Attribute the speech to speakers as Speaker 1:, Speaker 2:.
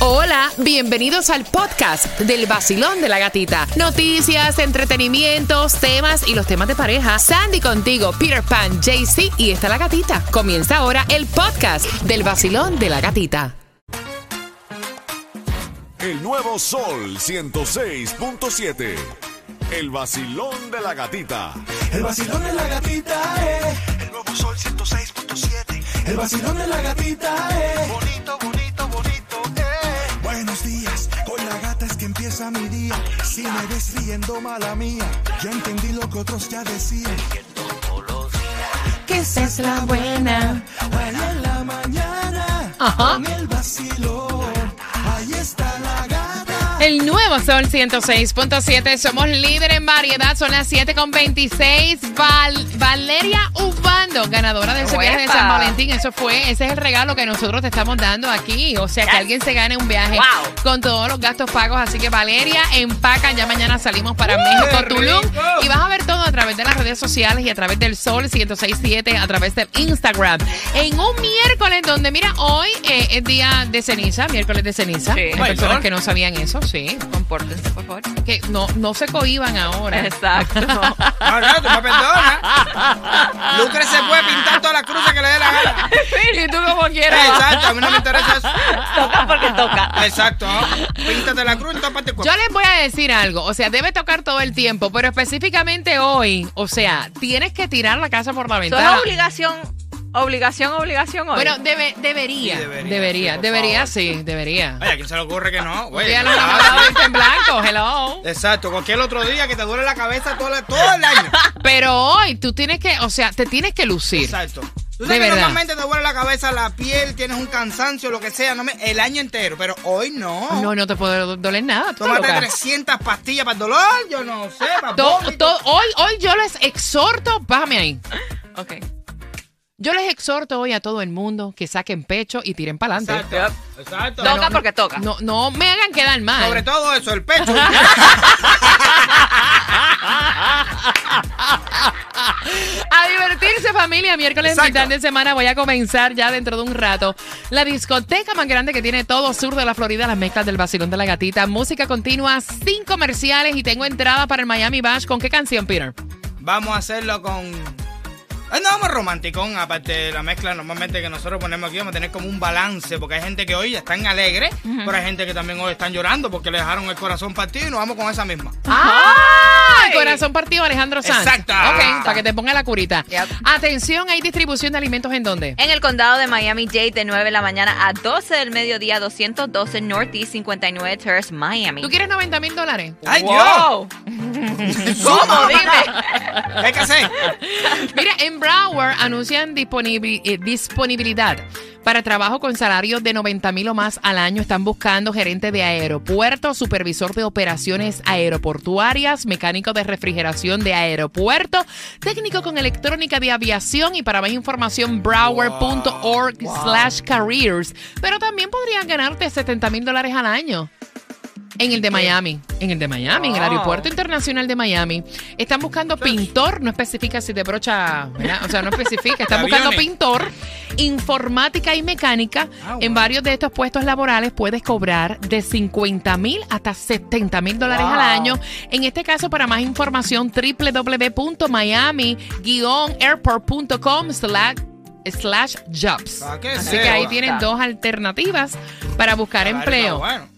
Speaker 1: Hola, bienvenidos al podcast del vacilón de la gatita. Noticias, entretenimientos, temas y los temas de pareja. Sandy contigo, Peter Pan, JC y está la gatita. Comienza ahora el podcast del vacilón de la gatita.
Speaker 2: El nuevo Sol 106.7. El vacilón de la gatita.
Speaker 3: El vacilón de la gatita es.
Speaker 4: El nuevo sol 106.7.
Speaker 3: El vacilón de la gatita es.
Speaker 4: Bonito, bonito, bonito. Eh.
Speaker 3: Buenos días, con la gata es que empieza mi día. Si me ves riendo, mala mía, ya entendí lo que otros ya decían.
Speaker 1: Que esa es la buena.
Speaker 3: Allá en la mañana,
Speaker 1: Ajá.
Speaker 3: con el vacilón, ahí está la gata.
Speaker 1: El nuevo Sol 106.7, somos líder en variedad, son las 7.26. Val- Valeria Ubando, ganadora del viaje de
Speaker 5: ¡Uepa!
Speaker 1: San Valentín, eso fue, ese es el regalo que nosotros te estamos dando aquí. O sea, que
Speaker 5: Yes.
Speaker 1: alguien se gane un viaje
Speaker 5: Wow.
Speaker 1: con todos los gastos pagos. Así que Valeria, empaca, ya mañana salimos para México, Tulum. Y vas a ver todo a través de las redes sociales y a través del Sol 106.7, a través del Instagram. En un miércoles donde, mira, hoy eh, es día de ceniza, miércoles de ceniza.
Speaker 5: Sí.
Speaker 1: Hay
Speaker 5: Bueno.
Speaker 1: personas que no sabían eso, sí
Speaker 5: Compórtense, por favor.
Speaker 1: que no, no se cohiban ahora.
Speaker 5: Exacto.
Speaker 6: No, no, tú me perdonas. Lucre se puede pintar todas las cruces que le dé la gana.
Speaker 1: y tú como quieras.
Speaker 6: Exacto, a mí no me interesa eso.
Speaker 5: toca porque toca.
Speaker 6: Exacto. Píntate la cruz en todas partes del
Speaker 1: Yo
Speaker 6: cuerpo.
Speaker 1: les voy a decir algo, o sea, debe tocar todo el tiempo, pero específicamente hoy, o sea, tienes que tirar la casa por la
Speaker 5: Eso es
Speaker 1: ventana.
Speaker 5: obligación, obligación, obligación hoy.
Speaker 1: Bueno, debe- debería,
Speaker 6: Sí,
Speaker 1: debería,
Speaker 6: debería,
Speaker 1: debería,
Speaker 6: sí,
Speaker 1: sí,
Speaker 6: por
Speaker 1: debería, debería.
Speaker 6: favor. Oye, ¿a quién se le ocurre que no? Oye,
Speaker 1: Ya
Speaker 6: no,
Speaker 1: lo han
Speaker 6: no,
Speaker 1: acabado irte en blanco, hello.
Speaker 6: Exacto, cualquier otro día que te duele la cabeza todo, la- todo el año.
Speaker 1: Pero hoy tú tienes que, o sea, te tienes que lucir.
Speaker 6: Eh. Exacto. Tú
Speaker 1: De
Speaker 6: sabes que
Speaker 1: verdad.
Speaker 6: normalmente te duele la cabeza, la piel, tienes un cansancio, lo que sea, no me- el año entero, pero hoy no.
Speaker 1: No, no te puede do- doler nada. tú estás
Speaker 6: Tómate
Speaker 1: loca.
Speaker 6: 300 pastillas para el dolor, yo no sé, para
Speaker 1: To-
Speaker 6: vómito.
Speaker 1: to- hoy, hoy yo les exhorto, bájame ahí.
Speaker 5: ok.
Speaker 1: Yo les exhorto hoy a todo el mundo que saquen pecho y tiren para adelante.
Speaker 6: Exacto. Exacto.
Speaker 5: Toca porque toca.
Speaker 1: No, no me hagan quedar mal.
Speaker 6: Sobre todo eso, el pecho.
Speaker 1: A divertirse familia, miércoles
Speaker 6: Exacto.
Speaker 1: mitad de semana voy a comenzar ya dentro de un rato. La discoteca más grande que tiene todo sur de la Florida, las mezclas del vacilón de la gatita, música continua, sin comerciales y tengo entrada para el Miami Bash. ¿Con qué canción, Peter?
Speaker 6: Vamos a hacerlo con. Ay, no, vamos romanticón, aparte de la mezcla normalmente que nosotros ponemos aquí, vamos a tener como un balance, porque hay gente que hoy están alegres, pero hay gente que también hoy están llorando porque le dejaron el corazón partido y nos vamos con esa misma.
Speaker 1: ¡Ah! Corazón partido, Alejandro Sanz.
Speaker 6: Exacto.
Speaker 1: Ok, para que te ponga la curita.
Speaker 5: Yep.
Speaker 1: Atención, ¿hay distribución de alimentos en dónde?
Speaker 5: En el condado de Miami-Dade, de 9 de la mañana a 12 del mediodía, 212 Northeast 59 Terrace, Miami.
Speaker 1: ¿Tú quieres 90 mil dólares?
Speaker 6: ¡Ay,
Speaker 5: ¡Wow!
Speaker 6: Dios!
Speaker 5: ¿Cómo? Dime.
Speaker 6: ¿Qué hay que hacer?
Speaker 1: Mira, en Broward anuncian disponibi- eh, disponibilidad para trabajo con salarios de 90 mil o más al año. Están buscando gerente de aeropuerto, supervisor de operaciones aeroportuarias, mecánico de refrigeración de aeropuerto, técnico con electrónica de aviación y para más información broward.org slash careers. Pero también podrían ganarte 70 mil dólares al año. En el de Miami, en el de Miami, en el
Speaker 5: Wow.
Speaker 1: aeropuerto internacional de Miami. Están buscando pintor, no especifica si de brocha, ¿verdad? o sea, no especifica. Están
Speaker 6: De
Speaker 1: buscando
Speaker 6: aviones.
Speaker 1: pintor, informática y mecánica.
Speaker 6: Ah,
Speaker 1: En
Speaker 6: wow.
Speaker 1: varios de estos puestos laborales puedes cobrar de 50 mil hasta 70 mil dólares al
Speaker 5: Wow.
Speaker 1: año. En este caso, para más información, www.miami-airport.com slash slash jobs.
Speaker 6: ¿Para qué
Speaker 1: Así
Speaker 6: se
Speaker 1: que ahí
Speaker 6: joda?
Speaker 1: tienen dos alternativas para buscar
Speaker 6: Claro,
Speaker 1: empleo.
Speaker 6: bueno.